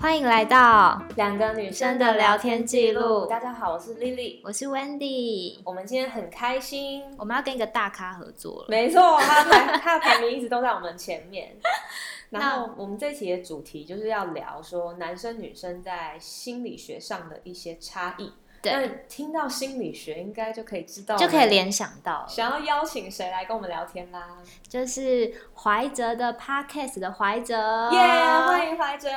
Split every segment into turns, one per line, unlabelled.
欢迎来到
两个女生的聊天记录。大家好，我是 Lily，
我是 Wendy，
我们今天很开心。
我们要跟一个大咖合作了。
没错，他排他的排名一直都在我们前 面。然后我们这期的主题就是要聊说男生女生在心理学上的一些差异。那
对，
听到心理学，应该就可以知道，
就可以联想到了，
想要邀请谁来跟我们聊天啦？
就是怀哲的 podcast 的怀哲，
耶、欢迎怀哲。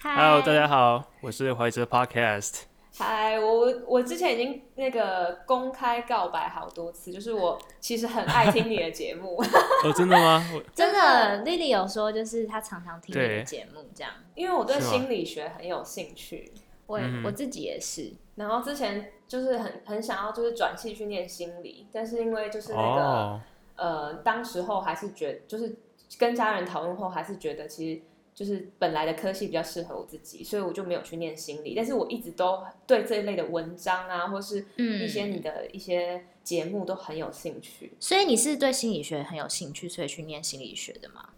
嗨
Hello，大家好，我是怀哲 Podcast。
嗨，我我之前已经那个公开告白好多次，就是我其实很爱听你的节目，
哦，真的吗？我
真的，Lily 有说，就是她常常听你的
对
节目，这样，
因为我对
是吗
心理学很有兴趣。
我、
嗯
我自己也是，
然后之前就是很很想要就是转系去念心理，但是因为就是那个、
哦，
呃，当时候还是觉就是跟家人讨论后，还是觉得其实就是本来的科系比较适合我自己，所以我就没有去念心理。但是我一直都对这一类的文章啊，或是
嗯，
一些你的一些节目都很有兴趣。
所以你是对心理学很有兴趣，所以去念心理学的吗？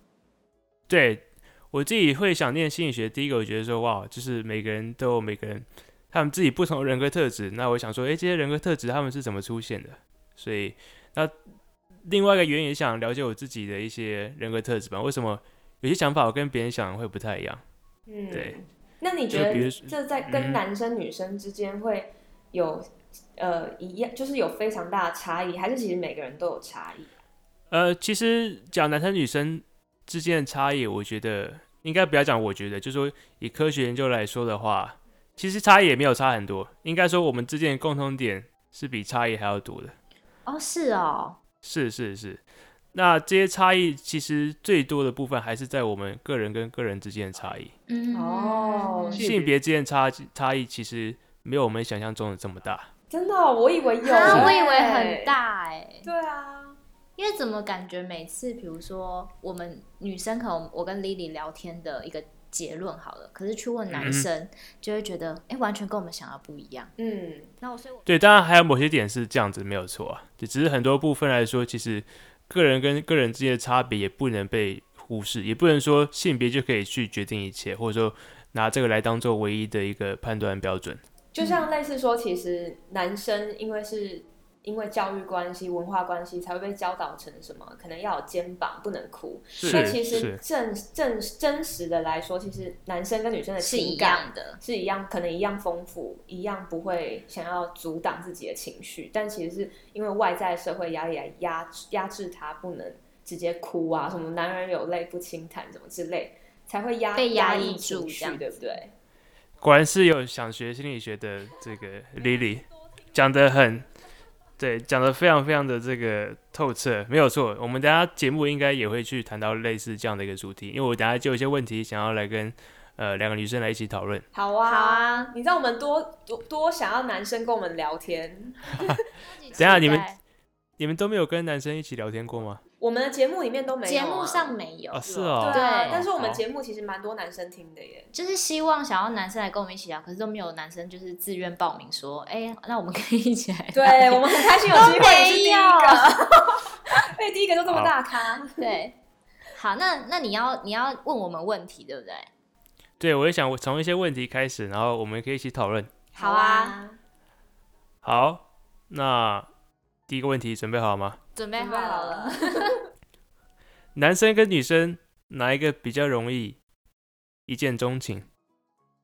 对我自己会想念心理学，第一个我觉得说，哇，就是每个人都有每个人他们自己不同的人格特质。那我想说，诶，这些人格特质他们是怎么出现的？所以，那另外一个原因也想了解我自己的一些人格特质吧。为什么有些想法我跟别人想会不太一样？
嗯，
对。
那你觉
就比
得
如
这在跟
嗯
男生女生之间会有呃一样，就是有非常大的差异，还是其实每个人都有差异？
呃，其实讲男生女生之间的差异，我觉得应该不要讲。我觉得，就说以科学研究来说的话，其实差异也没有差很多。应该说，我们之间的共通点是比差异还要多的。
哦，是哦，
是是是。那这些差异其实最多的部分还是在我们个人跟个人之间的差异，
嗯，
哦
啊
性别之间的差差异其实没有我们想象中的这么大。
真的哦、我以为有、
啊
我
欸
以为很。大哎、
对啊，
因为怎么感觉每次，比如说我们女生可能我跟 Lily 聊天的一个结论好了，可是去问
嗯
男生，就会觉得哎、诶完全跟我们想要不一样。
嗯，
那我所以我
对，当然还有某些点是这样子，没有错啊。只只是很多部分来说，其实个人跟个人之间的差别也不能被忽视，也不能说性别就可以去决定一切，或者说拿这个来当做唯一的一个判断标准。
就
嗯
像类似说，其实男生因为是因为教育关系、文化关系，才会被教导成什么，可能要有肩膀，不能哭。
是
那其实
是
正正真实的来说，其实男生跟女生的
是一
情感
样的，
是一样，可能一样丰富，一样不会想要阻挡自己的情绪，但其实是因为外在社会压力来压制压制他，不能直接哭啊，什么男人有泪不轻弹，什么之类，才会压
被压抑
抑
住
情
这样子
绪，对不对？
果然是有想学心理学的这个 Lily 讲得很，对，讲得非常非常的这个透彻，没有错。我们等一下节目应该也会去谈到类似这样的一个主题，因为我等一下就有一些问题想要来跟呃两个女生来一起讨论。
好啊，
好啊。
你知道我们多多多想要男生跟我们聊天。
等
下你们哦你们都没有跟男生一起聊天过吗？
我们的节目里面都没有、
节目上，没有，
啊，是
对
哦，
啊，
对
但是我们
好
节目其实蛮多男生听的耶。
就是希望想要男生来跟我们一起聊，可是都没有男生就是自愿报名说，哎、那我们可以一起来聊
对，我们很开心有机会你是第一 个，因为第一个就这么大咖。
对。好，那那你要你要问我们问题，对不对？
对，我也想从一些问题开始，然后我们可以一起讨论。
好啊，
好，那第一个问题准备好吗？
准备
准
好
备好了
了，。
男生跟女生哪一个比较容易一见钟情？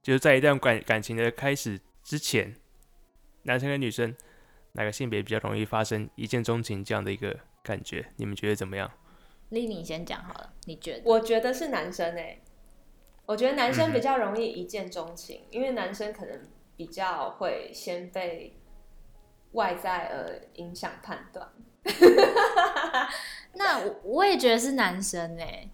就是在一段感感情的开始之前，男生跟女生哪个性别比较容易发生一见钟情这样的一个感觉？你们觉得怎么样？
丽你先讲好了，你觉得？
我觉得是男生哎、我觉得男生比较容易一见钟情，因为男生可能比较会先被外在呃影响判断。
那我我也觉得是男生哎、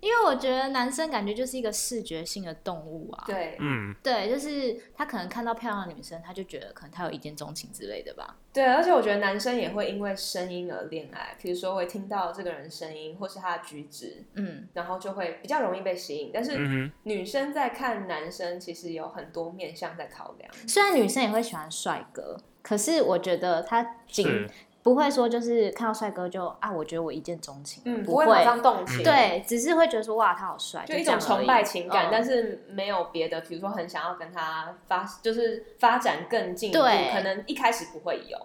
因为我觉得男生感觉就是一个视觉性的动物啊。
对
嗯，
对，就是他可能看到漂亮的女生，他就觉得可能他有一见钟情之类的吧。
对，而且我觉得男生也会因为声音而恋爱，比如说会听到这个人声音或是他的举止，
嗯，
然后就会比较容易被吸引。但是
嗯
女生在看男生，其实有很多面向在考量。
虽然女生也会喜欢帅哥，可是我觉得他
哼，
仅
是
不会说就是看到帅哥就啊，我觉得我一见钟情，
嗯，
不
不会马上动情，，
对，只是会觉得说哇，他好帅，
就一
这
种
样而
崇
已
拜情感，
嗯
但是没有别的，比如说很想要跟他发，就是发展更进一步，
对
可能一开始不会有，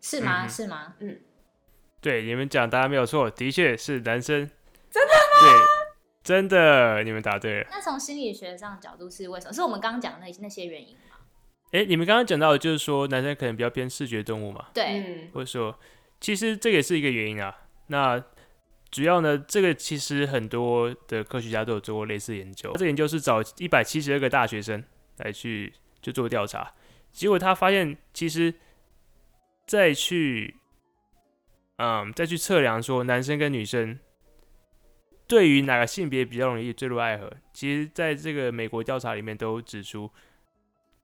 是吗？
嗯哼
是吗？
对，你们讲答案没有错，的确是男生。真的吗？对，真的，你们答对了。
那从心理学上角度是为什么？是我们刚刚讲的那那些原因吗？
哎，你们刚刚讲到，就是说男生可能比较偏视觉动物嘛，
对，
嗯，
或者说，其实这个也是一个原因啊。那主要呢，这个其实很多的科学家都有做过类似研究，这个研究是找一百七十二个大学生来去就做调查，结果他发现，其实再去，嗯，再去测量说男生跟女生对于哪个性别比较容易坠入爱河，其实在这个美国调查里面都指出，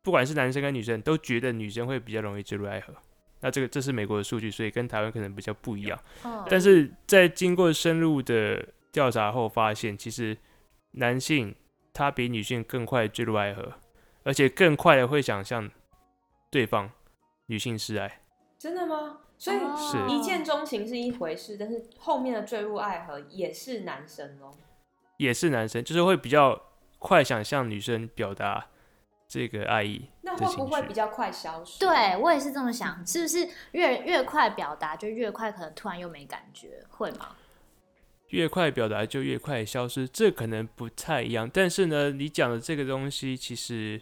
不管是男生跟女生，都觉得女生会比较容易坠入爱河。那这个这是美国的数据，所以跟台湾可能比较不一样。
嗯，
但是在经过深入的调查后，发现其实男性他比女性更快坠入爱河，而且更快的会想向对方女性示爱。
真的吗？所以
哦
是
一见钟情是一回事，但是后面的坠入爱河也是男生哦。
也是男生，就是会比较快想向女生表达这个爱意。
那
这
会
情
不
绪
会比较快消失？
对我也是这么想，是不是越越快表达就越快，可能突然又没感觉，会吗？
越快表达就越快消失，这可能不太一样。但是呢，你讲的这个东西其实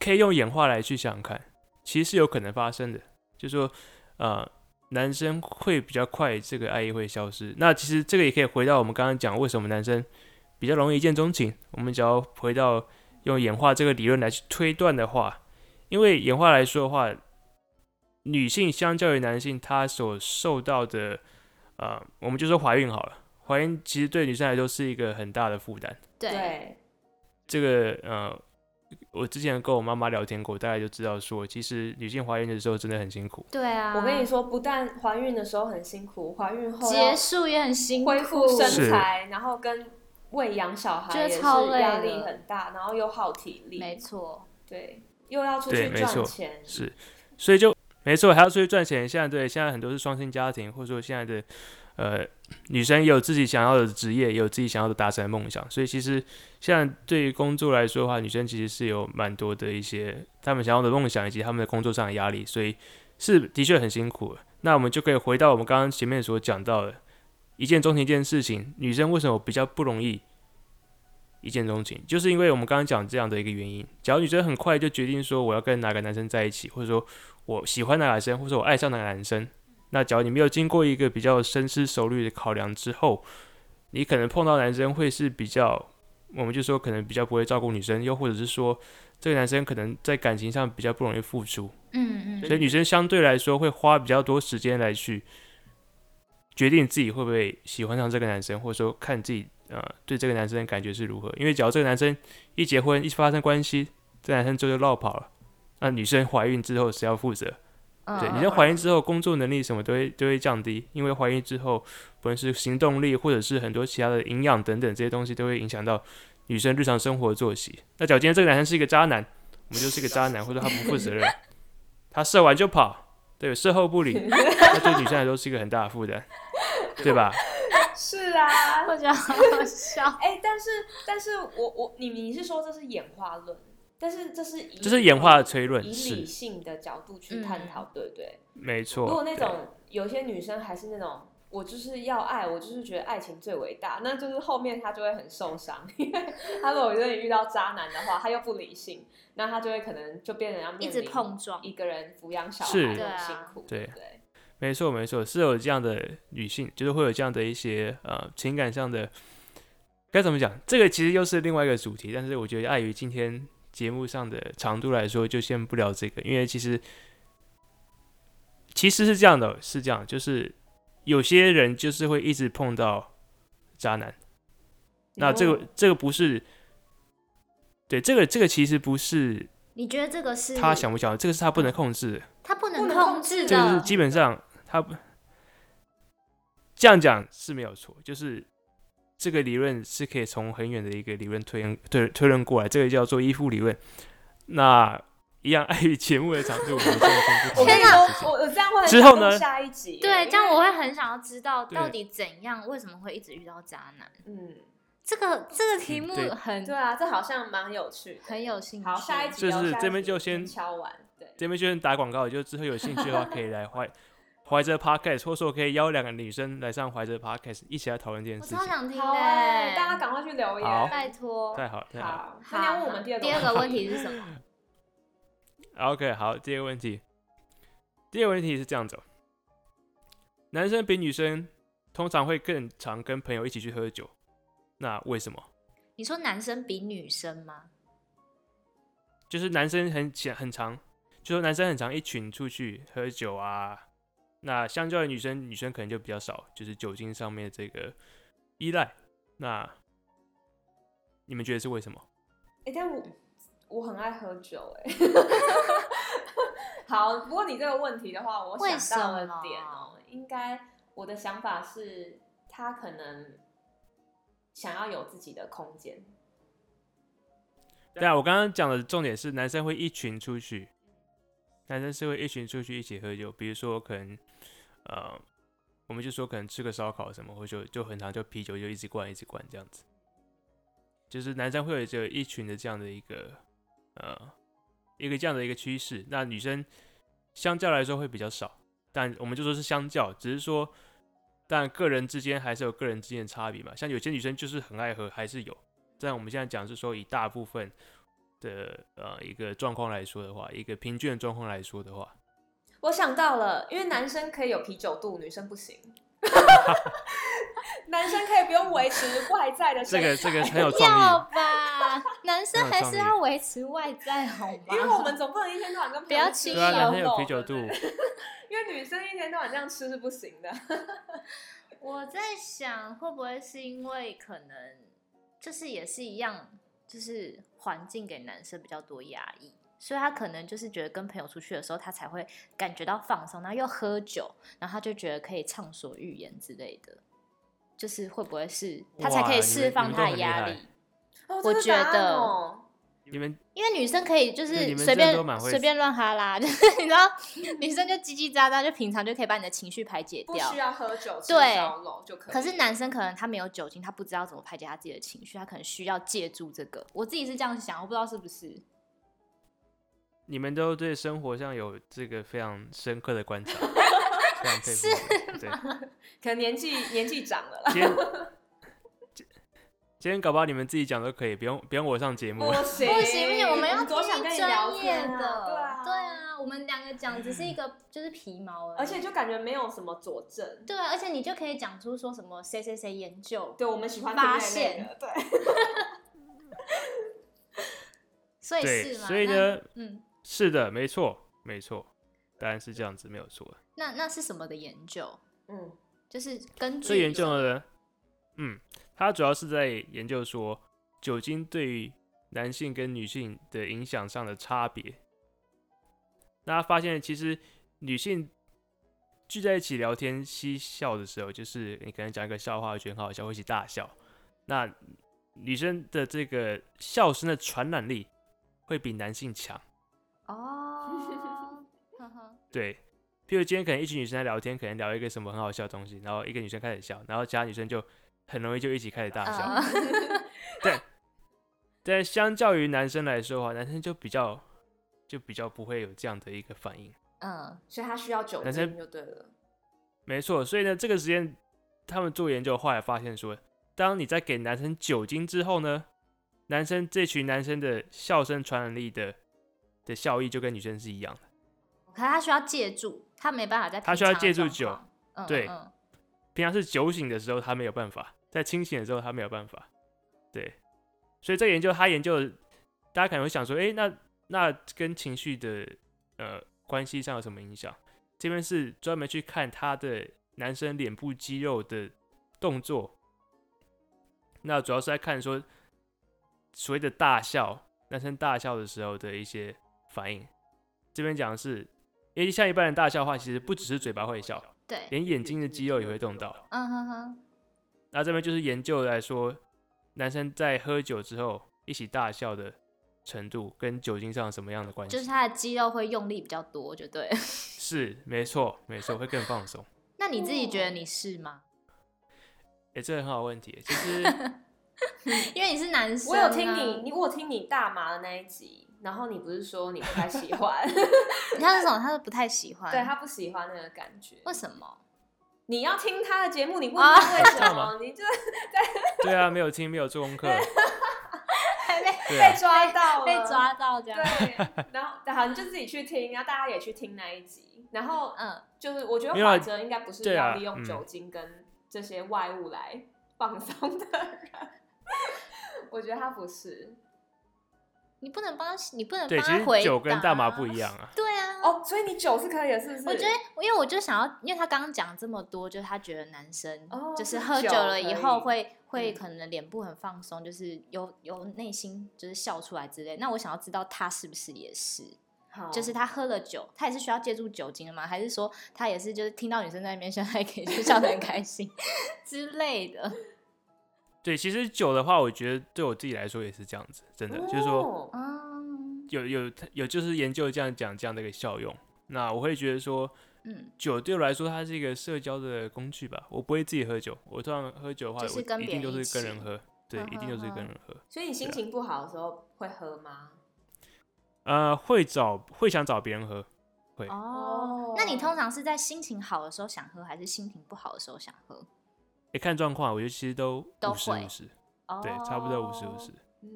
可以用演化来去想想看，其实是有可能发生的。就说，呃，男生会比较快，这个爱意会消失。那其实这个也可以回到我们刚刚讲，为什么男生比较容易一见钟情。我们只要回到用演化这个理论来去推断的话，因为演化来说的话，女性相较于男性，她所受到的呃，我们就说怀孕好了，怀孕其实对女生来说是一个很大的负担。
对，
对，
这个呃，我之前跟我妈妈聊天过，大概就知道说，其实女性怀孕的时候真的很辛苦。
对啊，
我跟你说，不但怀孕的时候很辛苦，怀孕后要
结束也很辛苦，
恢复身
是
材，然后跟喂养小孩
觉得
也是
超累
压
的
力很大，然后又耗体力，
没错，
对，又要出
对
去
没错
赚钱，
是，所以就没错，还要出去赚钱。现在对，现在很多是双薪家庭，或者说现在的呃女生也有自己想要的职业，也有自己想要的达成的梦想。所以其实现在对于工作来说的话，女生其实是有蛮多的一些她们想要的梦想以及她们的工作上的压力，所以是的确很辛苦的。那我们就可以回到我们刚刚前面所讲到的一见钟情这件事情，女生为什么比较不容易一见钟情，就是因为我们刚刚讲这样的一个原因。假如女生很快就决定说我要跟哪个男生在一起，或者说我喜欢哪个男生，或者说我爱上哪个男生，那假如你没有经过一个比较深思熟虑的考量之后，你可能碰到男生会是比较，我们就说可能比较不会照顾女生，又或者是说这个男生可能在感情上比较不容易付出，
嗯嗯，
所以女生相对来说会花比较多时间来去决定自己会不会喜欢上这个男生，或者说看自己呃对这个男生的感觉是如何。因为只要这个男生一结婚一发生关系，这男生就就落跑了。那女生怀孕之后谁要负责？对，
嗯
女生怀孕之后工作能力什么都会都会降低，因为怀孕之后不论是行动力或者是很多其他的营养等等这些东西都会影响到女生日常生活作息。那假如今天这个男生是一个渣男，我们就是一个渣男，或者他不负责任，他射完就跑，对，事后不 理，那对女生来说是一个很大的负担，对吧？
是啊，
嗯 我觉得好好笑，
哎、但是但是我我你你是说这是演化论，但是这是以
这是演化的推论，
以理
是
性的角度去
嗯
探讨，对不对？
没错。
如果那
对
种有些女生还是那种。我就是要爱，我就是觉得爱情最伟大，那就是后面她就会很受伤，因为 她如果真的遇到渣男的话，她又不理性，那她就会可能就变成要面
一
临
直碰撞，
一个人抚养小孩
是
很
对啊
辛苦，
对
不对？
没错，没错，是有这样的女性，就是会有这样的一些呃情感上的，该怎么讲？这个其实又是另外一个主题，但是我觉得碍于今天节目上的长度来说，就先不聊这个，因为其实其实是这样的，是这样，就是有些人就是会一直碰到渣男，那这个这个不是，对，这个这个其实不是
你觉得这个是
他想不想要，这个是他不能控制的。
他不能
不能控
控制
制
这个是
的，
基本上他不这样讲是没有错，就是这个理论是可以从很远的一个理论推推推论过来，这个叫做依附理论。那一样碍于节目的长度，我们就先 不讨
我跟
论
你
这
说
个
我我
事，情
这样会很
之后呢
想录下一集耶，
对，这样我会很想要知道
对
到底怎样，为什么会一直遇到渣男？
嗯，
这个这个题
嗯
目
对
很、
对啊，这好像蛮有趣的。
很有兴趣。
好，下一集
是
聊
是
下一
这边
集
就先
敲完，对，
这边就是打广告，就之后有兴趣的话可以来怀怀着 podcast，或者说可以邀两个女生来上怀着 podcast 一起来讨论这件
我
事
超
情。
想听的、欸
好哎、大家赶快去留言。
好啊
拜托。
太好了，太好了。
好，那你要问我们第二个
第二
问
个问题是什么？
OK，好，第二个问题，第二个问题是这样子、哦，男生比女生通常会更常跟朋友一起去喝酒，那为什么？
你说男生比女生吗？
就是男生很很很常，就说男生很常一群出去喝酒啊，那相较于女生，女生可能就比较少，就是酒精上面这个依赖。那你们觉得是为什么？
哎、但我我很爱喝酒 哎、好，不过你这个问题的话，我
为
想到
什么
了点哦、应该我的想法是他可能想要有自己的空间，
对啊，我刚刚讲的重点是男生会一群出去，男生是会一群出去一起喝酒，比如说可能呃，我们就说可能吃个烧烤什么，或者就就很常就啤酒就一直灌一直灌这样子，就是男生会有这一群的这样的一个呃一个这样的一个趋势，那女生相较来说会比较少，但我们就说是相较，只是说。但个人之间还是有个人之间的差别嘛，像有些女生就是很爱喝，还是有。但我们现在讲是说，以大部分的呃一个状况来说的话，一个平均的状况来说的话，
我想到了，因为男生可以有啤酒肚，女生不 行。男生可以不用维持外在的
这
身
个
材，
这个很
要
有创意。
吧，男生还是要维持外在好吗？
因为我们总不能一天到晚跟
不要
朋友
轻易
吃
对啊，
有
男生
烧
有
肉
啤酒肚
对不，对因为女生一天到晚这样吃是不行 的。
我在想，会不会是因为可能就是也是一样，就是环境给男生比较多压抑，所以他可能就是觉得跟朋友出去的时候，他才会感觉到放松，然后又喝酒，然后他就觉得可以畅所欲言之类的。就是会不会是他才
哇
可
你
以
们
释放他的压
你们都很厉
力？
哦
我
这是
觉
答案
得
哦
你们
因为女生可以就
对
是
你们
随
真的都蛮
便
会
随便乱哈啦，就是你知道，女生就叽叽喳喳，就平常就可以把你的情绪排解
不
掉
需。要喝酒吃
对
烧肉就可以。
可是男生可能他没有酒精，他不知道怎么排解他自己的情绪，他可能需要借助这个。我自己是这样想，我不知道是不是。
你们都对生活上有这个非常深刻的观察，非常佩服你们。对，
可能年纪年纪长了啦，
今天今今天搞不好你们自己讲都可以，不用 不用我上节目。
行
不行不行，我们要
多想
听
跟你聊
专业
天
的，
啊对啊，
对。啊，我们两个讲只是一 个就是皮毛而已，
而且就感觉没有什么佐证，
对啊，而且你就可以讲出说什么谁谁谁研究，
对我们喜欢
发
听那类的，对，
所以
对，
是吗？
所以
那，
呢，
嗯，
是的，没错，没错，答案是这样子，没有错。
那那是什么的研究？
嗯，
就是根据
最研究的呢，嗯，它主要是在研究说酒精对于男性跟女性的影响上的差别。那他发现其实女性聚在一起聊天嬉笑的时候，就是你可能讲一个笑话，觉得很好笑，会一起大笑。那女生的这个笑声的传染力会比男性强。
哦，呵呵
对，譬如今天可能一群女生在聊天，可能聊一个什么很好笑的东西，然后一个女生开始笑，然后其他女生就很容易就一起开始大笑。
呃
但相较于男生来说的话，男生就比较就比较不会有这样的一个反应。
嗯，
所以他需要酒
男生
精就对了，
没错，所以呢，这个实验他们做研究，后来发现说，当你在给男生酒精之后呢，男生这群男生的笑声传染力的的效益就跟女生是一样的。
可是他需要借助，他没办法在
他
平
需要
常的
借助
状
酒
况，嗯
对
嗯
平常是酒醒的时候他没有办法，在清醒的时候他没有办法。对，所以这个研究他研究的，大家可能会想说，诶，那那跟情绪的呃关系上有什么影响？这边是专门去看他的男生脸部肌肉的动作，那主要是在看说所谓的大笑，男生大笑的时候的一些反应。这边讲的是，因为像一般人大笑的话，其实不只是嘴巴会笑，
对，
连眼睛的肌肉也会动到。
嗯哼哼，
那这边就是研究来说，男生在喝酒之后一起大笑的程度跟酒精上有什么样的关系？
就是他的肌肉会用力比较多，就对了。
是，没错，没错，会更放松。
那你自己觉得你是吗？
哎、这很好的问题。其实
因为你是男生、啊
我有听你，，你我有听你大麻的那一集，然后你不是说你不太喜 欢，
他是什么？他是不太喜欢，
对他不喜欢那个感觉。
为什么？
你要听他的节目，你问他为什
啊
么，你就
对啊，没有听，没有做功课，对啊
被抓到了，
被。抓到这样？
对，然后好，你就自己去听，然后大家也去听那一集。然后
嗯，
就是，我觉得
没有啊
怀哲应该不是
对啊
要利用
嗯
酒精跟这些外物来放松的人，我觉得他不是。
你不能帮他，你不能
对，
帮
其
他回
实酒跟大麻不
样。
一样啊。
对啊，
哦，所以你酒是哦可以的，是不是？
我觉得，因为我就想要，因为他刚刚讲这么多，就是他觉得男生
哦
就是
是
喝
酒
酒了以后
可
会会
嗯
可能脸部很放松，就是有有内心就是笑出来之类。那我想要知道他是不是也是，
好
就是他喝了酒，他也是需要借助酒精的吗？还是说他也是就是听到女生在那边笑，他也可以就笑得很开 心之类的？
对，其实酒的话，我觉得对我自己来说也是这样子，真的，就是说
哦
嗯
有有有就是研究这样讲这样的一个效用。那我会觉得说，
嗯，
酒对我来说，它是一个社交的工具吧。我不会自己喝酒，我通常喝酒的话，
就是
我
跟
一
别
定
人
都
一
是
起嗯
跟人喝，对，
哼
一定都是
哼
跟
哼
人喝。
所以你心情不好的时候会喝吗？
呃，会找会想找别人喝，对
哦，那你通常是在心情好的时候想喝，还是心情不好的时候想喝？
也看状况，我觉得其实都
都
五十
会
五十，对，差不多五十五十。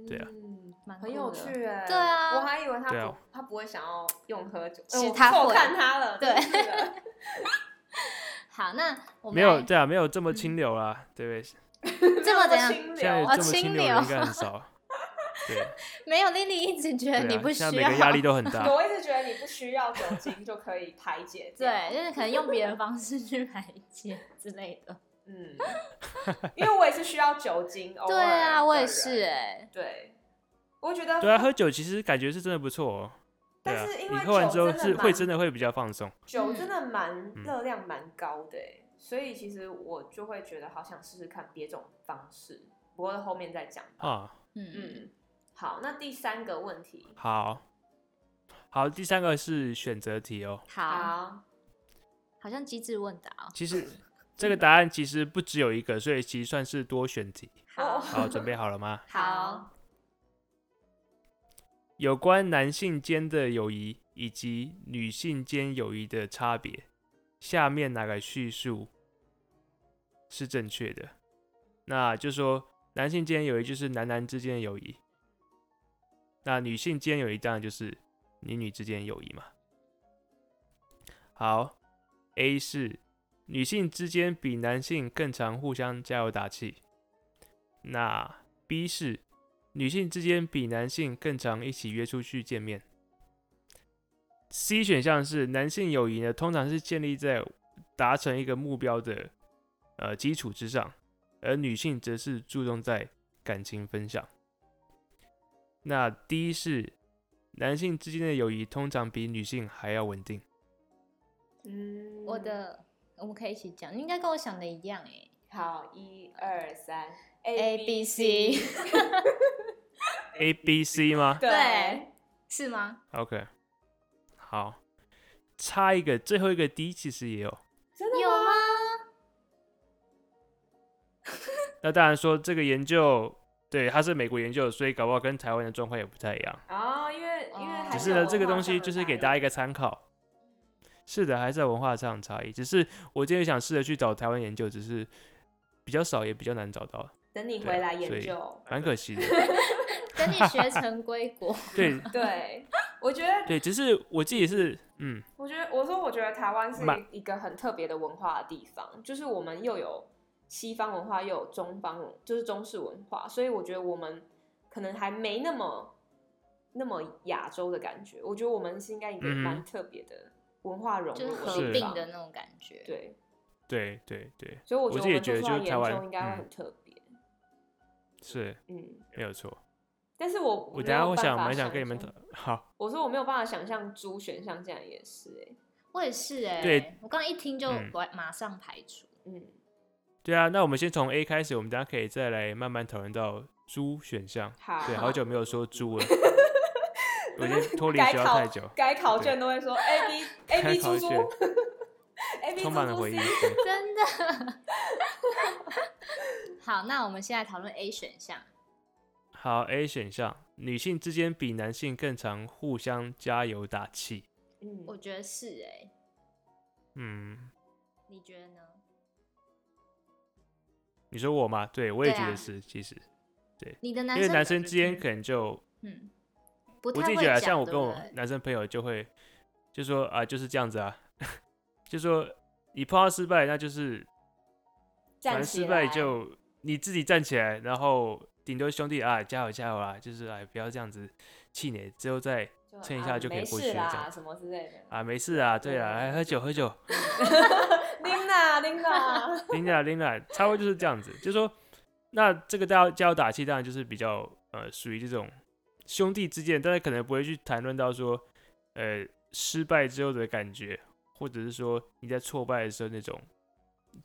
对啊
嗯
蛮
哦很
酷
有
的
趣哎、
对啊
我还以为他不、
对啊
他不会想要用喝酒，
是
呃我
他
错
会
看他了，
对
真的
好，那哦我们嗯
没有
来
对啊，没有这么清流啦，对不对？
这么
没有
怎样？
清
现在
流
有
啊
这么
清
清流
流
的应该很少。对，
没有，丽丽一直觉得
对
你
啊
不需
现在
要，
每个压力都很 大。
我一直觉得你不需要酒精就可以排解掉，
对，就是可能用别的方式去排解之类 的。
嗯，因为我也是需要酒精，偶尔
对啊，
的
我也
人
是，哎，
对，我觉得，
对啊，喝酒其实感觉是真的不错哦。对啊
但是，因
你
为
喝完
酒
之后
真的
是会
蛮
真的会比较放松。
酒
嗯
真的蛮
嗯
热量蛮高的欸、所以其实我就会觉得好想试试看别种方式，不过后面再讲吧。
啊，
嗯，
嗯，好，那第三个问题，
好，好，第三个是选择题哦。
好，
好，
好像机智问答哦。
其实这个答案其实不只有一个，所以其实算是多选题。
好
哦，
好，准备好了吗？
好，
有关男性间的友谊以及女性间友谊的差别，下面哪个叙述是正确的？那就说男性间友谊就是男男之间的友谊，那女性间友谊当然就是女女之间的友谊嘛。好，A 是女性之间比男性更常互相加油打气，那 B 是女性之间比男性更常一起约出去见面。C 选项是男性友谊呢，通常是建立在达成一个目标的呃基础之上，而女性则是注重在感情分享。那 D 是男性之间的友谊通常比女性还要稳定。
嗯，
我的我们可以一起讲，你应该跟我想的一样哎。
好，一二三
A B C，
A、B、C 吗
对，
是吗？
？OK，好，差一个，最后一个 D 其实也有。
真的
有
吗？
吗？
那当然说这个研究，对，它是美国研究，所以搞不好跟台湾的状况也不太一样。
哦，因为因为
哦
还
只
还
是
有
呢，
文
这个
化上
东西
的
就是
差
给
异
大家一个参考。是的，还是有文化上的差异。只是我今天想试着去找台湾研究，只是比较少，也比较难找到，
等你
对
回来
所
研
以
究。
蛮 可惜的。
等你学成归 国，
对
对，我觉得，
对，只是我自己是，嗯，
我觉得，我说，我觉得台湾是
蛮
一个很特别的文化的地方，就是我们又有西方文化，又有中方文，就是中式文化，所以我觉得我们可能还没那么那么亚洲的感觉。我觉得我们是应该一个
嗯
蛮特别的文化融
就是
入
合
是
的地
并
方
的那种感觉。
对，
对对对，
所以我
我
觉得
自己
我
也
们做出
觉得就
来的
是台
研
湾
究应该会
嗯
很特别。
是
嗯，
没有错。
但是我
我
没
等一下
有
会
办
想
法
蛮想跟你们
象
讨，好，
我说我没有办法想象猪选项竟然也是哎、欸，
我也是哎。
对，
我刚刚一听就
嗯
完马上排除。
嗯，
对啊，那我们先从 A 开始，我们等一下可以再来慢慢讨论到猪选项。
好，
对，好久没有说猪了。我觉得脱离
改
学校
考
太久，
改考卷都会说 A B A
开
B
考
猪猪
卷
A B 猪
充满了
猪
回忆。
C，
对
真的。好，那我们现在讨论 A 选项。
好，A 选项，女性之间比男性更常互相加油打气。
嗯，
我觉得是哎、
嗯，
你觉得呢？
你说我吗？对，我也
对啊
觉得是，其实
你的男
因
生
为
朋友
男生
就
之间
是
可能就
嗯，不
我
太会
自己觉得，啊
讲，
像我
对
跟我
不对
男生朋友就会就说啊，就是这样子啊， 就说你碰到失败，那就是
站
反正
起
失
来
败就你自己站起来，然后顶多兄弟啊，加油加油啊，就是哎，不要这样子气馁，之后再
就
撑一下
啊
就可以
没
过
事
去了这
啦，
样
什么之类的。
啊，没事啊，对啊，来喝酒喝酒，
琳娜琳娜，
琳达琳达，差不多就是这样子，就说那这个大家加油打气，当然就是比较呃属于这种兄弟之间，但是可能不会去谈论到说呃失败之后的感觉，或者是说你在挫败的时候那种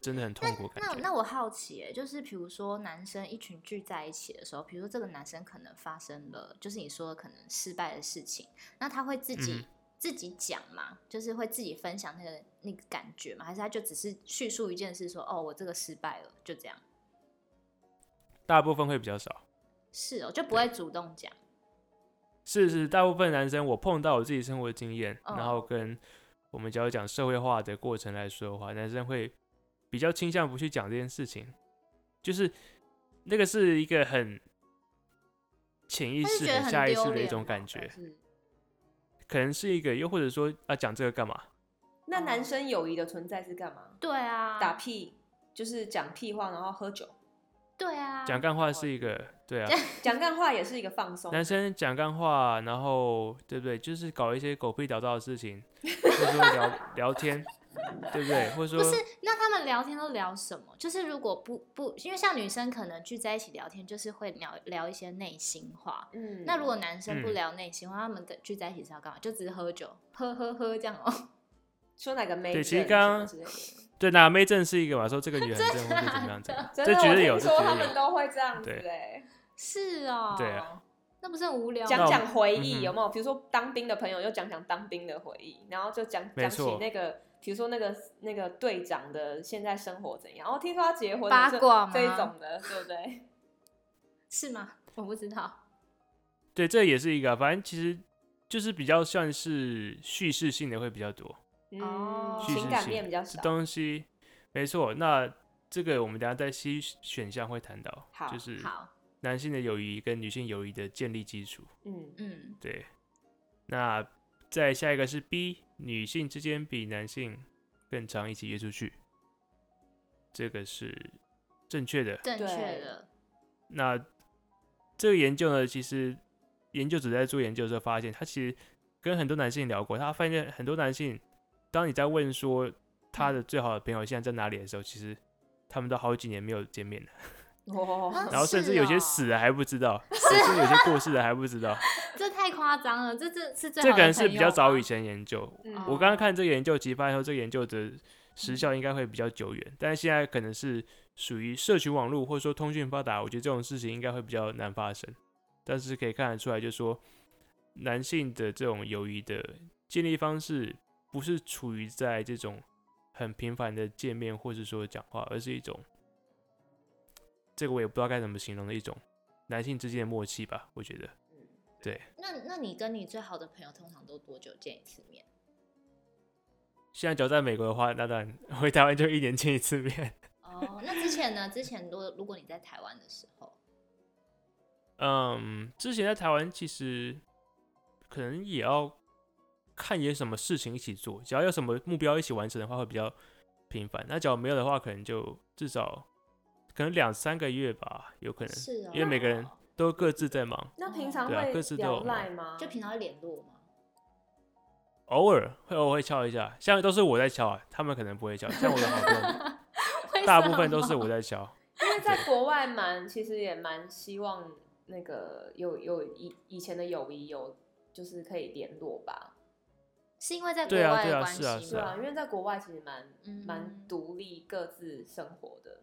真的很痛苦的
那
感觉。
那我好奇耶，就是比如说男生一群聚在一起的时候，比如说这个男生可能发生了，就是你说的可能失败的事情，那他会自己、
嗯
自己讲嘛，就是会自己分享那个那个感觉嘛，还是他就只是叙述一件事说，哦，我这个失败了，就这样，
大部分会比较少，
是哦，就不会主动讲，
是是，大部分男生我碰到我自己生活的经验，
哦
然后跟我们只要讲社会化的过程来说的话，男生会比较倾向不去讲这件事情，就是那个是一个很潜意
他就
识、
觉得
很下意
丢
识的
脸
一
嘛
种感
还
觉，
是
可能是一个，又或者说啊，讲这个干嘛？
那男生友谊的存在是干嘛？
对啊，
打屁，就是讲屁话，然后喝酒，
对啊，
讲干话是一个， 对啊，
讲干话也是一个放松。
男生讲干话，然后对不对？就是搞一些狗屁倒灶的事情，或者说聊聊天，对不对？或者
不
说
是，那他们聊天都聊什么？就是如果不不，因为像女生可能聚在一起聊天，就是会聊聊一些内心话。
嗯，
那如果男生不
嗯
聊内心话，他们跟聚在一起是要干嘛？就只是喝酒，喝喝喝这样哦。
说哪个妹，
对其实刚刚
之类的
对，那妹正是一个嘛，说这个 女很正或者怎么样怎么样，
真
这
的，
绝
我
对有，
听
这
说
绝
他
对
们
有。
都会这样子
对
哎，
是哦，
对啊，
那不是很无聊
讲
吗？
讲回忆
嗯哼
有没有？比如说当兵的朋友，就讲讲当兵的回忆，然后就讲
没
讲起
错
那个，比如说那个那个队长的现在生活怎样？哦，听说他结婚了
八
这
卦吗
这一种的，对不 对？
是吗？我不知道。
对，这也是一个啊，反正其实就是比较算是叙事性的会比较多，
嗯
哦，
叙
情
事
感
性
面比较
这
少。
东西没错。那这个我们等一下在 C 选项会谈到
好，
就是
好，
男性的友谊跟女性友谊的建立基础。
嗯，
嗯，
对，那再下一个是 B，女性之间比男性更常一起约出去，这个是正确的。
正确
对
的。
那这个研究呢，其实研究者在做研究的时候发现，他其实跟很多男性聊过，他发现很多男性，当你在问说他的最好的朋友现在在哪里的时候，其实他们都好几年没有见面了，
哦，
然后甚至
是
有
哦
些死了还不知道，甚至有些过世了还不知道，
这太夸张了，这这 是最好
这可
的
能是
朋
比较
友
早
吗
以前研究。
嗯
哦
我刚刚看这个研究，其实发现说这个研究的时效应该会比较久远，但是现在可能是属于社群网络或者说通讯发达，我觉得这种事情应该会比较难发生。但是可以看得出来，就是说男性的这种友谊的建立方式，不是处于在这种很频繁的见面或是说讲话，而是一种这个我也不知道该怎么形容的一种男性之间的默契吧。我觉得
那那你跟你最好的朋友通常都多久见一次面？
现在只要在美国的话，那当然 回台湾就一年见一次面。
哦，那之前呢？之前如果如果你在台湾的时候，
嗯，之前在台湾其实可能也要看有什么事情一起做，只要有什么目标一起完成的话，会比较频繁。那只要没有的话，可能就至少可能两三个月吧，有可能，
是哦，
因为每个人都各自在忙，
那平常
对啊
会
各自都
聊
有嘛
赖吗？
就平常会联络 嘛。
偶尔会偶尔会敲一下，像都是我在敲啊，他们可能不会敲，像我的好 朋友
为
大
什
部分都是
么
我在敲。
因为在国外蛮，其实也蛮希望那个有有以以前的友谊有就是可以联络吧，
是因为在国
对啊
外
对
的
啊
关系
是啊是
对
吗
啊，因为在国外其实蛮
嗯
蛮独立各自生活的，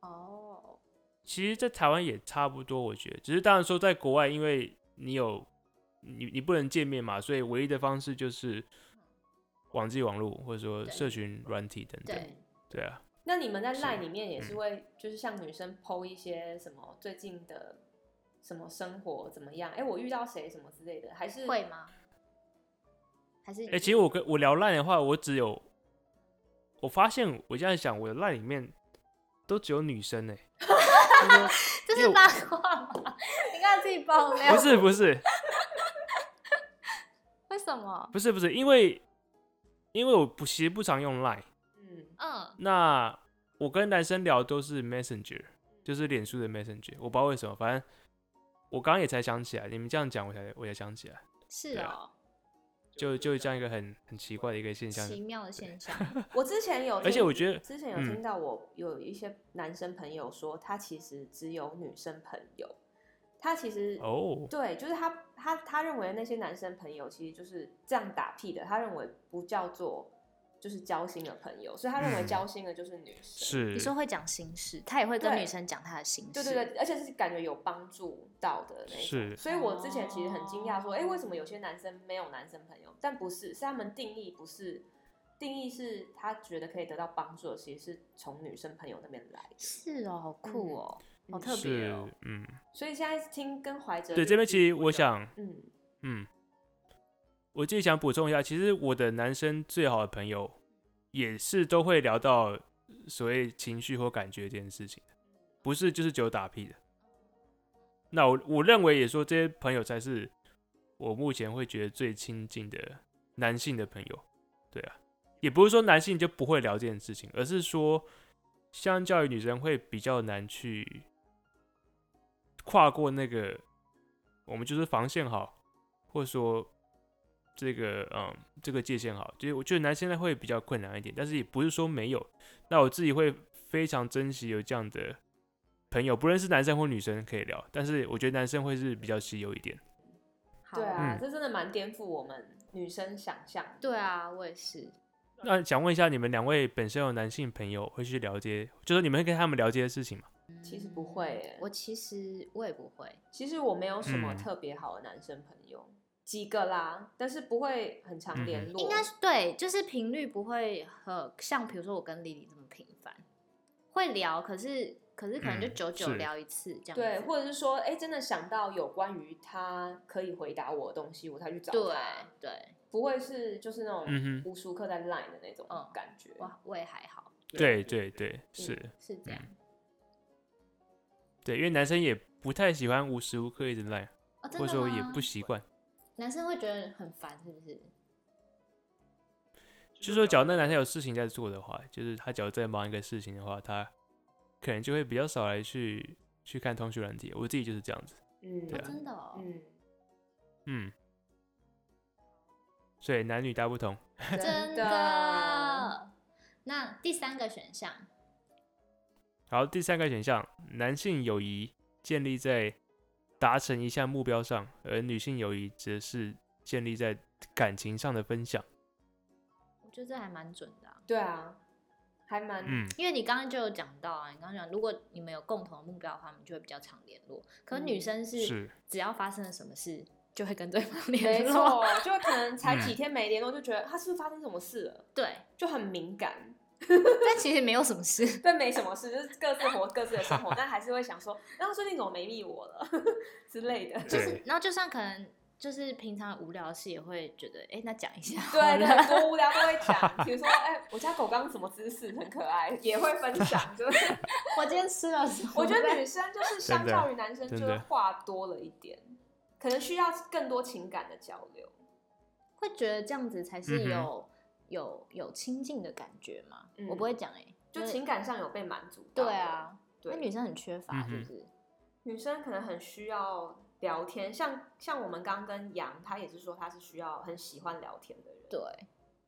哦，
其实，在台湾也差不多，我觉得，只是当然说，在国外，因为你有你你不能见面嘛，所以唯一的方式就是网际网络或者说
对
社群软体等等。
对，
对啊，
那你们在
是
LINE 里面也是会，就是像女生 PO 一些什么最近的什么生活怎么样？哎、我遇到谁什么之类的，还是
会 吗？还是
哎、其实我跟我聊烂的话，我只有我发现我这样想，我的烂里面都只有女生哎、就是说
这
因为
是
我
八卦吗？ 你看自己爆料
不，是不是
为什么？
不是不是，因为因为我不其实不常用 Line，
嗯，
嗯，
那我跟男生聊都是 Messenger，就是脸书的 Messenger，我不知道为什么，反正我刚刚也才想起来，你们这样讲我才我才想起来，
是
对啊
哦，
就就这样一个很很奇怪的一个现象，
奇妙的现象。
我之前有听，
而且我觉得嗯
之前有听到我有一些男生朋友说，他其实只有女生朋友，他其实
哦，
对，就是他他他认为那些男生朋友其实就是这样打屁的，他认为不叫做就是交心的朋友，所以他认为
嗯
交心的就是女生。
是
你说会讲心事，他也会跟
对
女生讲他的心事。
对对对，而且是感觉有帮助到的那种，
是哦
所以我之前其实很惊讶，说，哎、为什么有些男生没有男生朋友？但不是，是他们定义不是，定义是他觉得可以得到帮助的，其实是从女生朋友那边来的。
是哦，好酷哦，
嗯
好特别
是
哦。
嗯，
所以现在听跟怀哲
对，这边其实我，想。
嗯，
嗯，我自己想补充一下，其实我的男生最好的朋友也是都会聊到所谓情绪或感觉这件事情，不是就是只有打屁的。那我我认为也说这些朋友才是我目前会觉得最亲近的男性的朋友，对啊，也不是说男性就不会聊这件事情，而是说相较于女生会比较难去跨过那个，我们就是防线好，或者说这个嗯这个界限好，就是我觉得男现在会比较困难一点，但是也不是说没有。那我自己会非常珍惜有这样的朋友，不论是男生或女生可以聊，但是我觉得男生会是比较稀有一点。
好
对啊，
嗯
这真的蛮颠覆我们女生想象的。
对啊，我也是。
那想问一下，你们两位本身有男性朋友会去了解，就是你们会跟他们聊这些事情吗？
其实不会耶
嗯我其实我也不会。
其实我没有什么
嗯
特别好的男生朋友，几个啦，但是不会很
嗯
常联络。
应该是对，就是频率不会很像，比如说我跟丽丽这么频繁，会聊，可是可是可能就
嗯
久久
是
聊一次这样子。
对，或者是说，哎、真的想到有关于他可以回答我的东西，我才去找
对
他，
对，
不会是就是那种
嗯哼
无时无刻在 line 的那种
嗯
感觉。
哇，我也还好，
对对对，是、
是这
嗯
样。
对，因为男生也不太喜欢无时无刻一直赖，
哦，真
或者
的
说
吗？
也不习惯。
男生会觉得很烦，是不是？
就是说，假如那男生有事情在做的话，就是他假如在忙一个事情的话，他可能就会比较少来去去看通讯软体。我自己就是这样子，
嗯
对
哦
啊
真的哦，
嗯，
嗯。所以男女大不同，
真的。那第三个选项，
好，第三个选项，男性友谊建立在达成一项目标上，而女性友谊则是建立在感情上的分享。
我觉得这还蛮准的啊、
对啊，还蛮、
嗯，
因为你刚刚就有讲到啊，你刚刚讲，如果你们有共同的目标的话，你们就会比较常联络。可是女
嗯
生是，
是
只要发生了什么事，就会跟对方联
没
络。
错，就可能才
嗯
几天没联络，就觉得他啊是不是发生什么事了，
对，
就很敏感。
但其实没有什么事。
但没什么事，就是各自活各自的生 活，但还是会想说，然后最近怎么没密我了 之类的。
对
然后就算可能就是平常无聊的事，也会觉得，哎、那讲一下好
对
了。
对，多无聊都会 讲，比如说，哎、我家狗刚刚什么姿势很可爱，也会分享。 就是
我今天吃了什么？
我觉得女生就是相较于男生，就
真的
是话多了一点，可能需要更多情感的交流。
会觉得这样子才是
嗯哼
有、有有亲近的感觉嘛。
嗯
我不会讲哎、
就情感上有被满足到，
对，啊，
对
那女生很缺乏，
嗯
是
哼
不是？
女生可能很需要聊天，像像我们刚跟杨，他也是说他是需要很喜欢聊天的人，
对，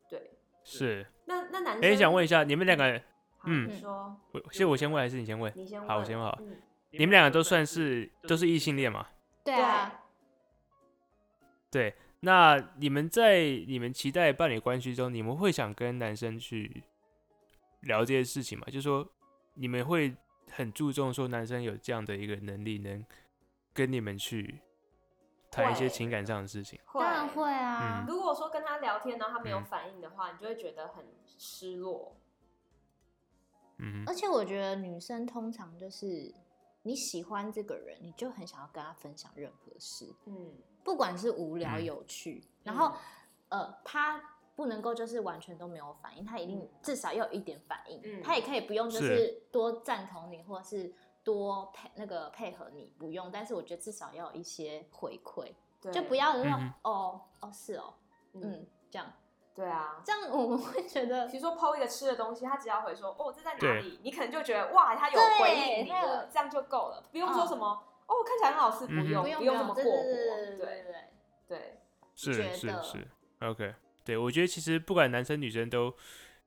对。
是。
那那男生，
哎、想问一下，你们两个，
好，
嗯
你说，
我先我先问还是你先问？
你先问，
好我先问好
嗯，
你们两个都算是都是异性恋嘛？
对
对
啊，
对，那你们在你们期待伴侣关系中，你们会想跟男生去聊这些事情吗？就是说，你们会很注重说男生有这样的一个能力，能跟你们去谈一些
会
情感上的事情。
当然
会。
会啊，
如果说跟他聊天，然后他没有
嗯
反应的话，你就会觉得很失落。
嗯
呃
哼，
而且我觉得女生通常就是你喜欢这个人，你就很想要跟他分享任何事，
嗯，
不管是无聊、
嗯
有趣，然后呃，他不能够就是完全都没有反应，他一定
嗯
至少要有一点反应，
嗯
他也可以不用就是是多赞同你，或者是多配那个配合你，不用，但是我觉得至少要有一些回馈，
对，
就不要那种、
嗯
哦哦是哦，
嗯，
嗯，这样
对啊。
这样我们会觉得
比如说抛一个吃的东西，他只要回说哦这在哪
对
里，你可能就觉得哇他有
对
回应你
他有
了，这样就够了，不用说
嗯
什么哦看起来很好吃，不
嗯哼
用
不用
不
不
用这么
对
过
对
火，
对对对
对
对。
对，
是
觉
是
得
是，OK，对我觉得其实不管男生女生都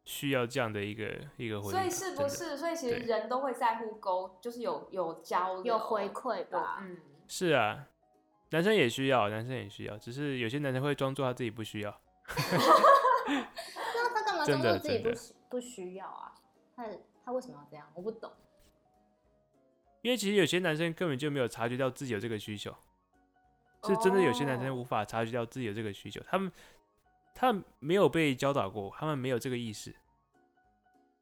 需要这样的一个一个回应，
所以是
真
不
的
是？所以其实
对
人都会在乎沟，就是有有交流
有回馈吧？
嗯，
是啊，男生也需要，男生也需要，只是有些男生会装作他自己不需要。
那他干嘛
真
装作
的
自己
真
不
的
需不需要啊？他他为什么要这样？我不懂。
因为其实有些男生根本就没有察觉到自己有这个需求，是真的有些男
哦
生无法察觉到自己有这个需求，他们他们没有被教导过，他们没有这个意识，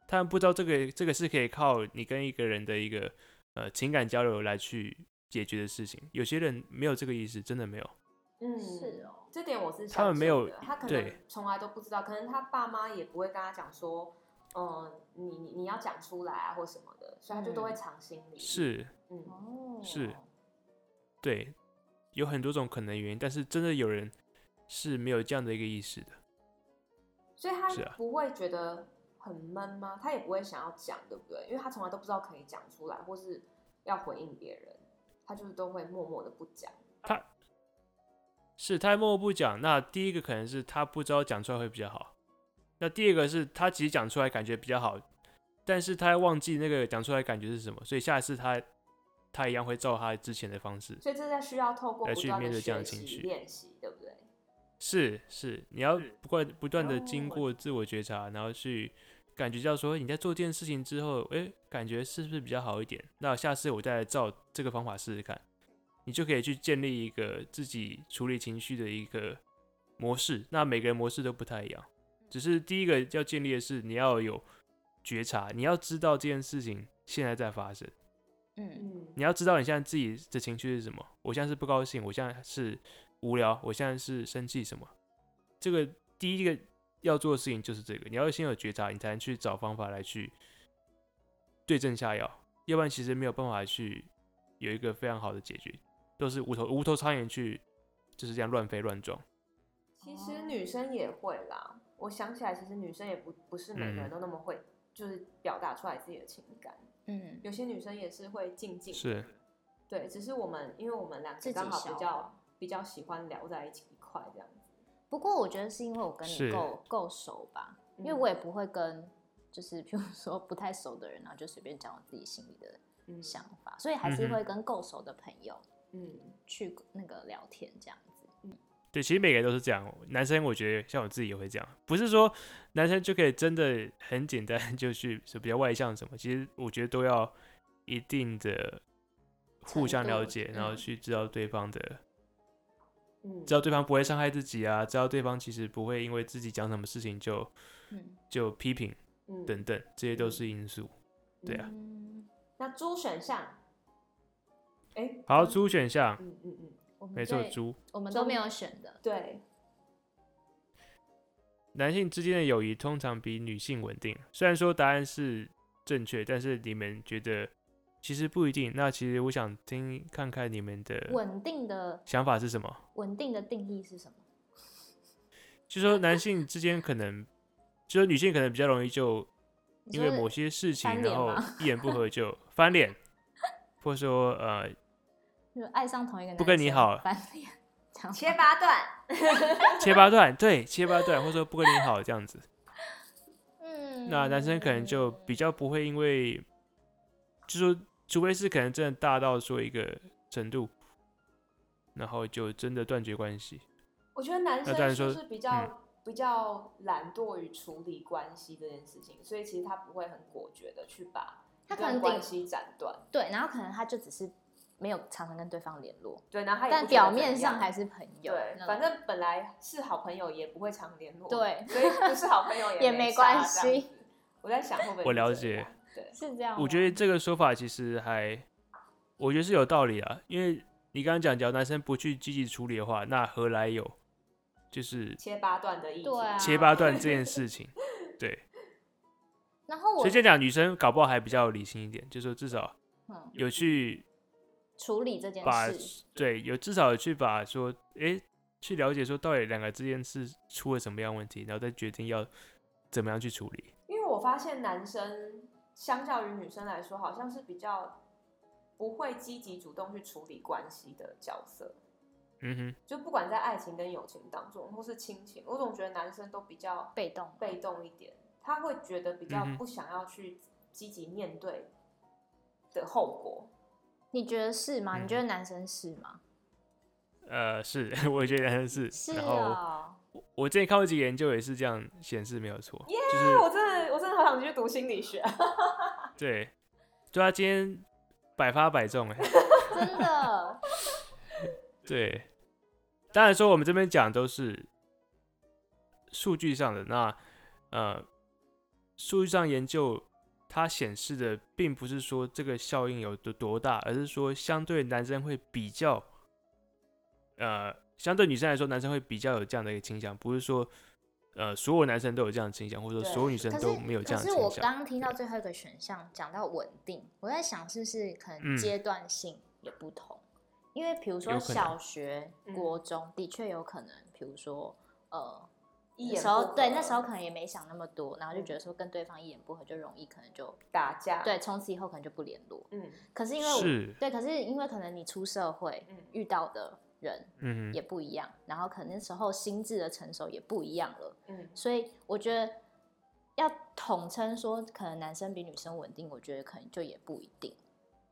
他们不知道这个这个是可以靠你跟一个人的一个呃情感交流来去解决的事情，有些人没有这个意识，真的没有，
嗯，
是哦，
这点我是
他们没有
相信的他可能
对
从来都不知道，可能他爸妈也不会跟他讲说，嗯，你你你要讲出来啊或什么的，所以他就都会藏心里。，
是
嗯，
哦，
是对，有很多种可能原因，但是真的有人是没有这样的一个意识的。
所以他
是啊
不会觉得很闷吗？他也不会想要讲，对不对？因为他从来都不知道可以讲出来，或是要回应别人，他就是都会默默的不讲。
是他默默不讲，那第一个可能是他不知道讲出来会比较好，那第二个是他其实讲出来感觉比较好，但是他忘记那个讲出来感觉是什么，所以下一次他他一样会照他之前的方式。
所以这在需要透过
要
不
去
断
面
的
对这样
学
的情
习
绪
练习，对不对？
是是，你要不断不断的
哦
经过自我觉察，然后去感觉到说你在做这件事情之后，诶，感觉是不是比较好一点？那下次我再来照这个方法试试看，你就可以去建立一个自己处理情绪的一个模式。那每个人模式都不太一样，只是第一个要建立的是你要有觉察，你要知道这件事情现在在发生。
嗯，
嗯，
你要知道你现在自己的情绪是什么。我现在是不高兴，我现在是无聊，我现在是生气什么？这个第一个要做的事情就是这个，你要先有觉察，你才能去找方法来去对症下药，要不然其实没有办法去有一个非常好的解决，都是无头无头苍蝇去就是这样乱飞乱撞。
其实女生也会啦。我想起来，其实女生也不不是每个人
嗯
都那么会，就是表达出来自己的情感。
嗯，
有些女生也是会静静，
是，
对，只是我们因为我们两
自己
个刚好
消
比
化
较比较喜欢聊在一起一块这样子。
不过我觉得是因为我跟
是
你够够熟吧，因为
嗯
我也不会跟就是譬如说不太熟的人，然后就随便讲我自己心里的
嗯
想法，所以还是
嗯哼
会跟够熟的朋友
嗯，
去那个聊天这样子。
对，其实每个人都是这样。男生我觉得像我自己也会这样，不是说男生就可以真的很简单 就去是比较外向什么。其实我觉得都要一定的互相了解，
程度
然后
嗯
去知道对方的，
嗯
知道对方不会伤害自己啊，知道对方其实不会因为自己讲什么事情就
嗯，
就批评
嗯
等等，这些都是因素。对啊
嗯，
那猪选项，哎，
好，猪选项
嗯嗯嗯，
我们
没错，
对
猪
我们都没有选的，
对，
男性之间的友谊通常比女性稳定。虽然说答案是正确，但是你们觉得其实不一定。那其实我想听看看你们的
稳定的
想法是什么，
稳定的定义是什么？
就说男性之间可能，就说女性可能比较容易就
你
因
说
为某些事情，
翻
然
脸
后
吗
一言不 合就翻脸，或者说呃
就爱上同一个男
不跟你
生
好
翻脸，这样吗
切八段，
切八段，对，切八段，或者说不跟你好这样子。
嗯，
那男生可能就比较不会因为，就说除非是可能真的大到说一个程度，然后就真的断绝关系。
我觉得男
当
生
然
是不
说嗯
是比较、比较懒惰于处理关系这件事情，所以其实他不会很果决的去把
他
一
可
段
能顶
关系斩断。
对，然后可能他就只是没有常常跟对方联络，
对，然后他也
但
不觉得
表
怎么
面上
样
还是朋友
对，，
那
反
种
正本来是好朋友，也不会常联络，，
对
所以不是好朋友
也
没
没
差
关。
这样
系，
我在想会不会
我
是
了
这
解
样，对，
是这样吗。
我觉得这个说法其实还，我觉得是有道理啊，因为你刚刚讲，假如男生不去积极处理的话，那何来有就是
切八段的意见，
对啊
切 八段这件事情？对，
然后
所
我
以这样讲，女生搞不好还比较理性一点，就是说至少
嗯
有去
处理这件
把
事，
对有至少有去把说，诶，去了解说到底两个之间是出了什么样的问题，然后再决定要怎么样去处理。
因为我发现男生相较于女生来说，好像是比较不会积极主动去处理关系的角色。
嗯哼。
就不管在爱情跟友情当中，或是亲情，我总觉得男生都比较
被动
被动一点，他会觉得比较
嗯哼
不想要去积极面对的后果。
你觉得是吗？
嗯
你觉得男生是吗？
呃，是， 我觉得男生是。
是
然后
哦，
我我之前看过几个研究也是这样显示没有错
哎
就是
我真的，我真的好想去读心理学。
对，对他今天百发百中哎，
真 的，
对。当然说我们这边讲都是数据上的，那呃，数据上研究它显示的并不是说这个效应有多多大，而是说相对男生会比较，呃，相对女生来说，男生会比较有这样的一个倾向，不是说呃所有男生都有这样的倾向，或者说
对
所有女生
可
都没有
是
这
可
样的
是我
倾向。
刚刚听到最后一个选项讲到稳定，我在想是不是可
嗯
能阶段性有不同，因为比如说
有可能
小学
嗯、
国中的确有可能，比如说呃。
一
那
眼
时
不
候
合
对，那时候可能也没想那么多，然后就觉得说跟对方一言不合就容易，可能就
打架，，
对，从此以后可能就不联络。
嗯
可是因为我
是
对，可是因为可能你出社会
嗯
遇到的人
嗯哼
也不一样，然后可能那时候心智的成熟也不一样了，
嗯，
所以我觉得要统称说可能男生比女生稳定，我觉得可能就也不一定，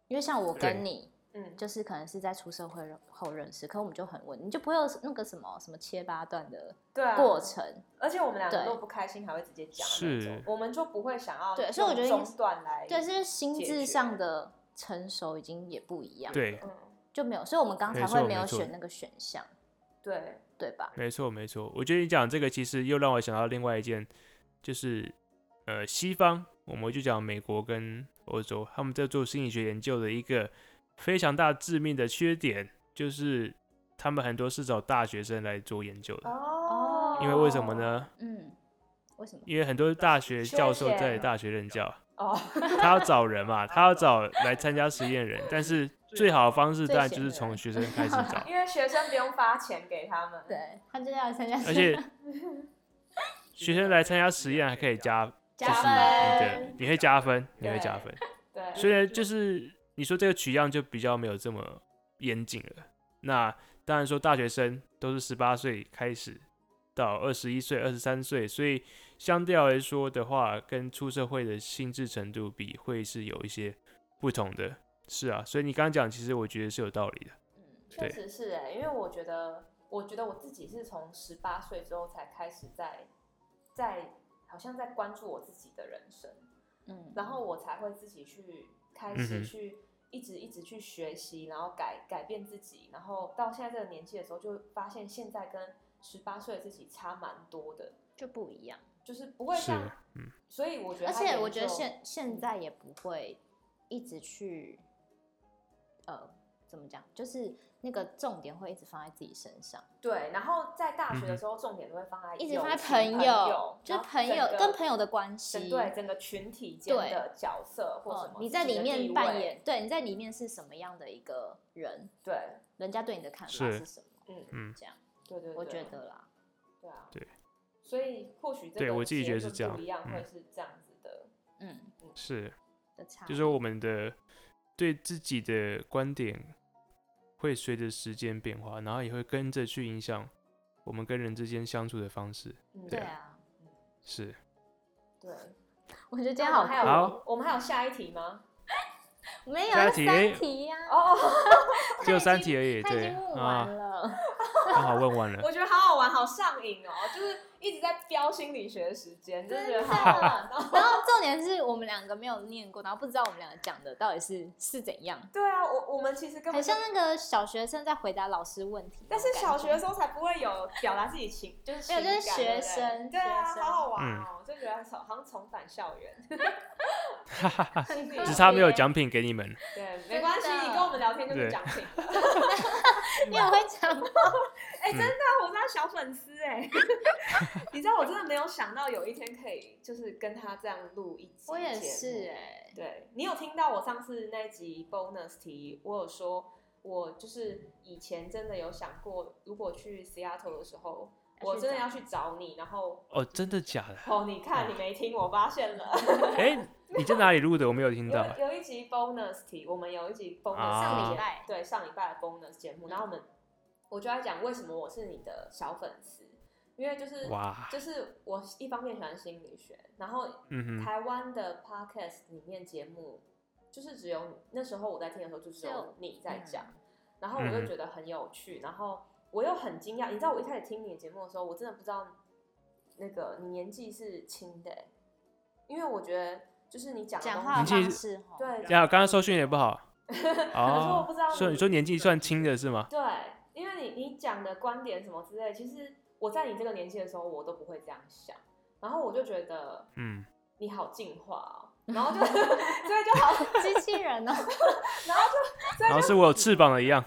因为像我
对
跟你。
嗯，
就是可能是在出社会后认识，可我们就很稳，你就不会有那个什么什么切八段的
对啊，
过程，
而且我们两个
对
都不开心，还会直接讲的那种
是，
我们就不会想要
对所以我觉得
用中断来
对，是心
解
智
决
上的成熟已经也不一样，，
对，
嗯
就没有，所以我们刚才
没
会
错
没有
没错
选那个选项，
对，
对吧？
没错，没错。我觉得你讲这个，其实又让我想到另外一件，就是呃，西方，我们就讲美国跟欧洲，他们在做心理学研究的一个非常大致命的缺点，就是他们很多是找大学生来做研究的。
哦
因为为什么？呢？
嗯，为什么？
因为很多大学教授
缺
在
钱
大学任教，
哦，
他要找人嘛，他要找来参加实验人，但是最好的方式当然就是从学生开始 找。
因为学生不用发钱给他们，
对他就是要参加，
而且学生来参加实验还可以加，
加
就是你的
分
你会加分，你
对
会加分。
对，
虽然就是你说这个取样就比较没有这么严谨了。那当然说大学生都是十八岁开始到二十一岁、二十三岁，所以相对来说的话，跟出社会的心智程度比会是有一些不同的。是啊，所以你刚刚讲，其实我觉得是有道理的。
嗯
确
对
实是哎，因为我觉得，我觉得我自己是从十八岁之后才开始在在好像在关注我自己的人生，
嗯，
然后我才会自己去开
嗯哼
始去一直一直去学习，然后改改变自己，然后到现在这个年纪的时候，就发现现在跟十八岁的自己差蛮多的，
就不一样，
就是不会
是
像，，
嗯，
所以我觉得
而
他
且
研
我觉得
究
现现在也不会一直去，呃，怎么讲，就是那个重点会一直放在自己身上，
对，然后在
嗯
大学的时候，重点都会放在
一直
友
放在
情
朋
友，
就是
然后
朋友
整个
跟朋友的关
整
系，
对整个群体间
对
的角色或什
哦
么，，
你在里面扮
自己的地位，
演，对，你在里面是什么样的一个人，
对
人家对你的看法
是
是什么？
嗯
嗯
这样
对对，
我
对
觉得啦，
对啊，
对，
所以或许这
对
个
我自己
结
觉得
论
是这样
不一样
嗯
会是这样子的，
嗯
是。
的差
就
别，
是我们的对自己的观点会随着时间变化，然后也会跟着去影响我们跟人之间相处的方式。
嗯，
对啊，
是，
对。
我觉得今
这
天
样我
好
们还
看，
有
好
我们还有下一题吗？
没有
下
那
一题
三题呀。
哦，
只
他
有
已
三
经
题而已，
他已
对
经问
啊
完，了，
刚好问完了。
我觉得好好玩，好上瘾哦，就是一直在飙心理学的时间，就觉
真
得
的
好烦哦。
然后重点是我们两个没有念过，然后不知道我们两个讲的到底是是怎样，
对啊，我我们其实根
很
本就
像那个小学生在回答老师问题那
但
种感
是
觉。
小学的时候才不会有表达自己情， 就是情
没有就是
感对不
学
对
生
对啊，
学生
好好玩哦，就觉得好好像重返校园，心里
对
只差没有奖品给你们。
对，没关系，
真的
你跟我们聊天就是
对
奖 品。
你也会讲，
哎、真的啊，我是他小粉丝哎、 你知道我真的没有想到有一天可以就是跟他这样录一集节目。
我 也是哎、
对你有听到我上次那集 bonus 题，我有说，我就是以前真的有想过，如果去 Seattle 的时候，
要去
我真的
找
要去找你，然后
哦，真的假的？
哦，你看
嗯
你没听，我发现了。
哎、你在哪里录的？我没有听到。
有有一集 bonus 题，我们有一集 bonus
啊上
礼拜嗯
对上礼拜的 bonus 节目，然后我们我就在讲为什么我是你的小粉丝，因为就是
哇，
就是我一方面喜欢心理学，然后
嗯哼，
台湾的 podcast 里面节目就是只有那时候我在听的时候就只
只
有
有
你在讲，然后我就觉得很有趣，然后我又很惊讶，你知道我一开始听你的节目的时候，我真的不知道那个你年纪是轻的欸、因为我觉得就是你讲的
讲
东
话
西
的
你其
方
实
式哦，
对
呀，刚刚收讯也不好。
说我
哦
不知道，
所以
你
你说年纪算轻的是吗？
对，因为你你讲的观点什么之类，其实我在你这个年纪的时候，我都不会这样想，然后我就觉得
嗯，
你好进化哦，然后就 所以就好，
机器人 哦，
然后是我有翅膀了一样。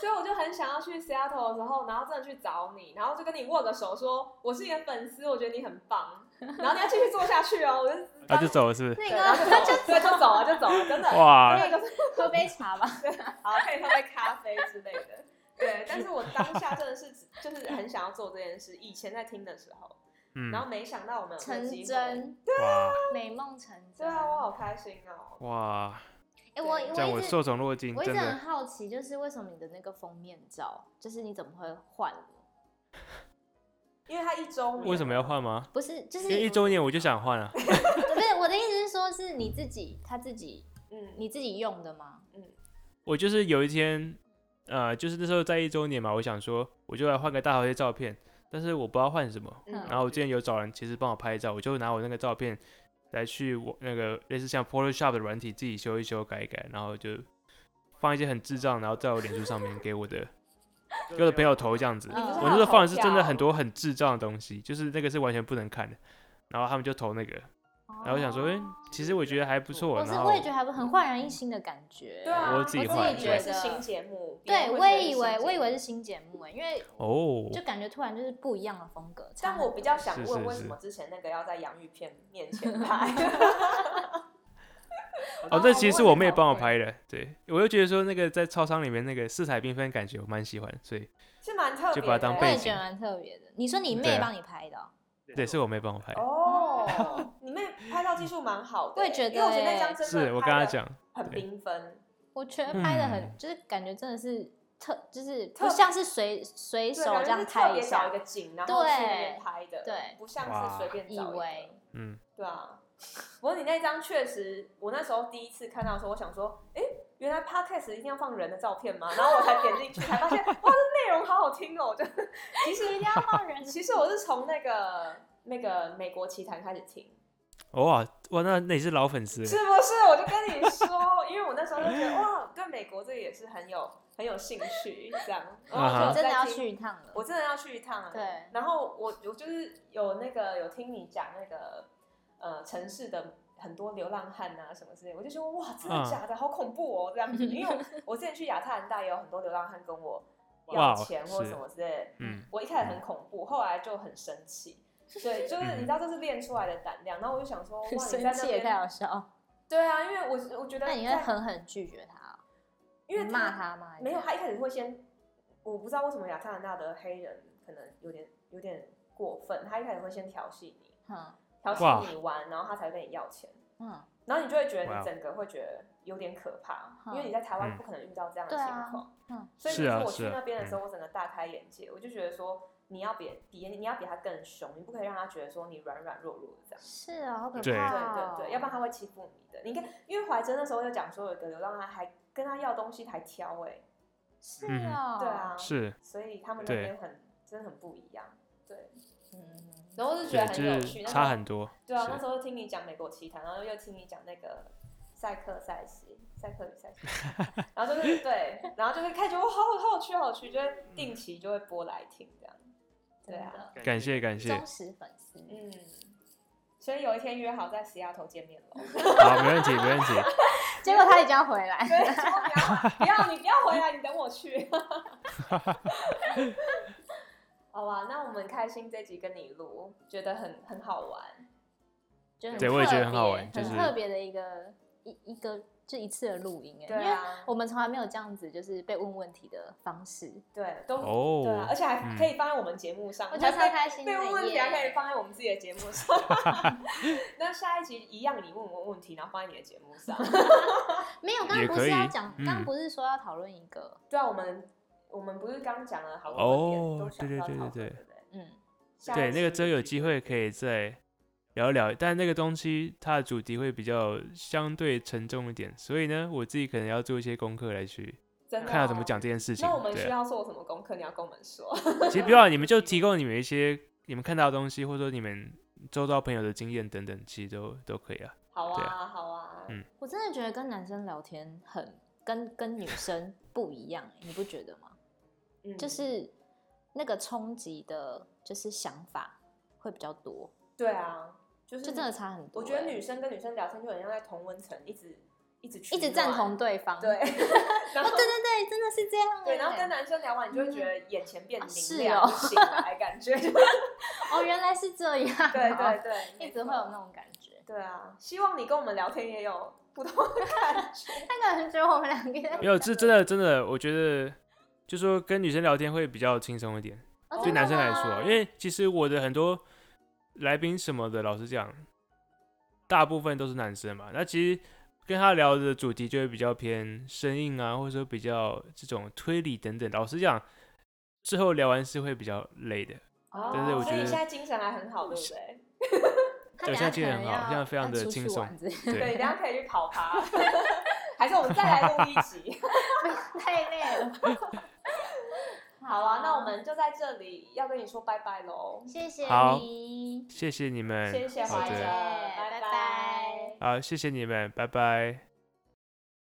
所以我就很想要去 Seattle 的时候，然后真的去找你，然后就跟你握个手说，我是你的粉丝，我觉得你很棒，然后你要继续做下去哦，我 就
啊，就走了是不
那
是？
对 然后
个
就走了，对就走了，就走了，真的。
哇，
那个
喝杯茶吧，
好，可以喝杯咖啡之类的。对，但是我当下真的是就是很想要做这件事。以前在听的时候，
嗯，
然后没想到我们 有这个
成
机会，
真，
哇
美梦成
对
真。
啊，我好开心哦。
哇，
哎、我
对
这样
我
我
一直
受宠若惊，
我一
真
直很
的。
好奇，就是为什么你的那个封面照，就是你怎么会换？
因为他一周年
为什么要？换吗？
不是，啊就是
因为一周年我就想换啊。
不是我的意思是说，是你自己他自己
嗯，
你自己用的吗？
我就是有一天，呃，就是那时候在一周年嘛，我想说我就来换个大头贴照片，但是我不知道换什么。
嗯
然后我之前有找人其实帮我拍照，我就拿我那个照片来去我那个类似像 Photoshop 的软体自己修一修改一改，然后就放一些很智障，然后在我脸书上面给我的给我的朋友投这样子。
嗯
我那时候放的是真的很
哦
多很智障的东西，就是那个是完全不能看的。然后他们就投那个，然后我
哦
想说，哎、其实我觉得还不错。
哦我是
然后
我也觉得还不很焕然一新的感觉。
对啊，
我自己换
我
我
自
自
己
己
觉得
觉
是
得
新节目，别
对，
人会
我
觉得
也以为
是新
我
节
以为
目
是新节目哎，因为
哦，
就感觉突然就是不一样的风格。差
但
很
我比较想
是
问，
是
为什
是
么之前那个要在洋芋片面前拍？
哦，这其实是我妹帮我
哦
拍的，对，我就觉得说那个在超商里面那个色彩缤纷感觉我蛮喜欢，所以
是蛮特别的，欸
就把它当
我
背
也
景
觉得蛮特别的。你说你
对
妹
啊
帮你拍的哦、
对，是我妹帮我拍的，
哦，你妹拍照技术蛮好的，欸
我也觉得欸
因为我觉得那张真的
是我
拍
跟她
得
讲，
很
对
缤纷，
我觉得拍的很，
嗯
就是感觉真的是特，就是
特
不像是随随
对，
手这
感觉
样
是
拍
特
一
别找
下
一，个景，然后去
对
那边拍的，
对
不像是随便
以
找一个
为。
嗯，
对啊，不过你那张确实，我那时候第一次看到的时候，我想说，哎、原来 podcast 一定要放人的照片吗？然后我才点进去，才发现，哇，这内容好好听哦！我就其实一定要
放 人
其实我是从那个那个美国奇谭开始听，
哦哇哇，那那你是老粉丝
是
了，
不是？我就跟你说，因为我那时候就觉得，哇，对美国这个也是很有很有兴趣，这样，然后
啊
我
哈
就
真的
在
要
听
去一趟了。
我真的要去一趟了。
对
然后我我就是有那个有听你讲那个呃城市的很多流浪汉啊什么之类，我就说哇，真的
嗯
假的？好恐怖哦，这样子。因为我 之前去亚特兰大也有很多流浪汉跟我要
哇
钱或
是
什么之类的，
嗯，嗯
我一开始很恐怖，后来就很生气。对，就是你知道这是练出来的胆量，然后我就想说，哇，你在
生
那
气也太
边，
好笑 了。
对啊，因为我我觉得
那
在，
你会狠狠拒绝他哦、
因为
你骂他吗？还是
没有，他一开始会先，我不知道为什么亚特兰大的黑人可能有点有点过分，他一开始会先调戏你，
嗯
调
哇
戏你玩，然后他才会跟你要钱，
嗯，
然后你就会觉得
哇
你
哦
整个会觉得有点可怕，
嗯
因为你在台湾
嗯
不可能遇到这样的
对
情
啊
况，
嗯
所以
是
其实
啊
我
是
去
啊
那边的时候，我整个大开眼界，我就觉得说你要比比你要比他更凶，你不可以让他觉得说你软软弱弱的这样。
是啊，好可
对
怕、哦
对。对对，要不然他会欺负你的。你看，因为怀真那时候就讲说，有一个流浪汉还跟他要东西还挑、欸，
是
嗯
啊、
哎，对啊，
是
所以他们那
对
边很真的很不一样。对，
嗯，
然后就觉
对
得，很有
就
趣。
是
那时
差
候
很多。
对啊，
是
那时候听你讲美国奇谭，然后又听你讲那个赛克赛西、赛克与赛西， 然后就是对，然后就会开始觉得哇，好好好有趣，好有趣，就会定期就会播来听这样。对啊，
真
感谢感
的，
谢
忠，实粉丝，
嗯，所以有一天约好在西雅图见面喽。
好，没问题没问 题。
啊
结果他已经要回来，
对，说不要，不要，你不要回来，你等我去。 好吧，那我们开心这集跟你录，觉得很很好玩。
就很
对我也觉得
特
很好
别
玩就是
很特别的一个一一个就一次的录音哎，
对
因为
啊，
我们从来没有这样子就是被问问题的方式，
对，都、对啊，
哦
而，且还可以放在我们节目上，
我觉得
还
超开心的
被问问题
耶
还可以放在我们自己的节目 上。 那下一集一样，你问我问题，然后放在你的节 目上。
没有，刚刚
也
不
可
是
以
要讲，
嗯
刚刚不是说要讨论一个，
对啊，我们我们不是刚讲了好多观点，
哦
都想到
对对对
讨论
对
对不对
嗯，
下
对，
一
那个
集
真有机会可以再聊一聊，但那个东西它的主题会比较相对沉重一点，所以呢，我自己可能要做一些功课来去
真
啊
的
看要怎么
哦。
讲这件事情
那我。们
对
需
啊，
要做什么功课？你要跟我们 说。
其实不要，你们就提供你们一些你们看到的东西，或者说你们周遭朋友的经验等等，其实都都可以啊。
好
对
啊，好啊。
嗯
我真的觉得跟男生聊天很跟跟女生不一样、欸你不觉得吗？
嗯
就是那个冲击的，就是想法会比较多，
对啊，就是
就真的差很多、欸
我觉得女
生
生跟女生聊天就很像在同温层，一直一直取
一直
暖
赞同对方，
对， 然
哦，
后
对对对，真的是这样欸、
对，然后跟男生聊完，你就会觉得眼前变
啊
明
是
亮，
哦
就醒来感觉。 对
哦，原来是这样、 哦
对， 对，
一直会有那种感觉。
对啊，希望你跟我们聊天也有不同的感觉。
他可能觉得我们两个在
没有，这真的真的，我觉得就说跟女生聊天会比较轻松一点，
哦
对
真的
男生来
吗
说，因为其实我的很多来宾什么的，老实讲，大部分都是男生嘛。那其实跟他聊的主题就会比较偏生硬啊，或者说比较这种推理等等。老实讲，之后聊完是会比较累的。
哦
对对我
所以
觉
你
得
现在精神还很好，对不对？
他
对
等
现
下
在精
可
神
能
很好现在
要
非常
要
的
出去
轻松
玩之类的
对，
对，
等一下可以去跑趴， 还是我们再来录一集？
太累了。
好啊，那我们就在这里要跟你说拜拜喽，
谢谢
好
你，
谢谢你们，
谢谢
好
怀
谢
哲，
谢
的，
拜拜
拜
好，谢谢你们，拜拜。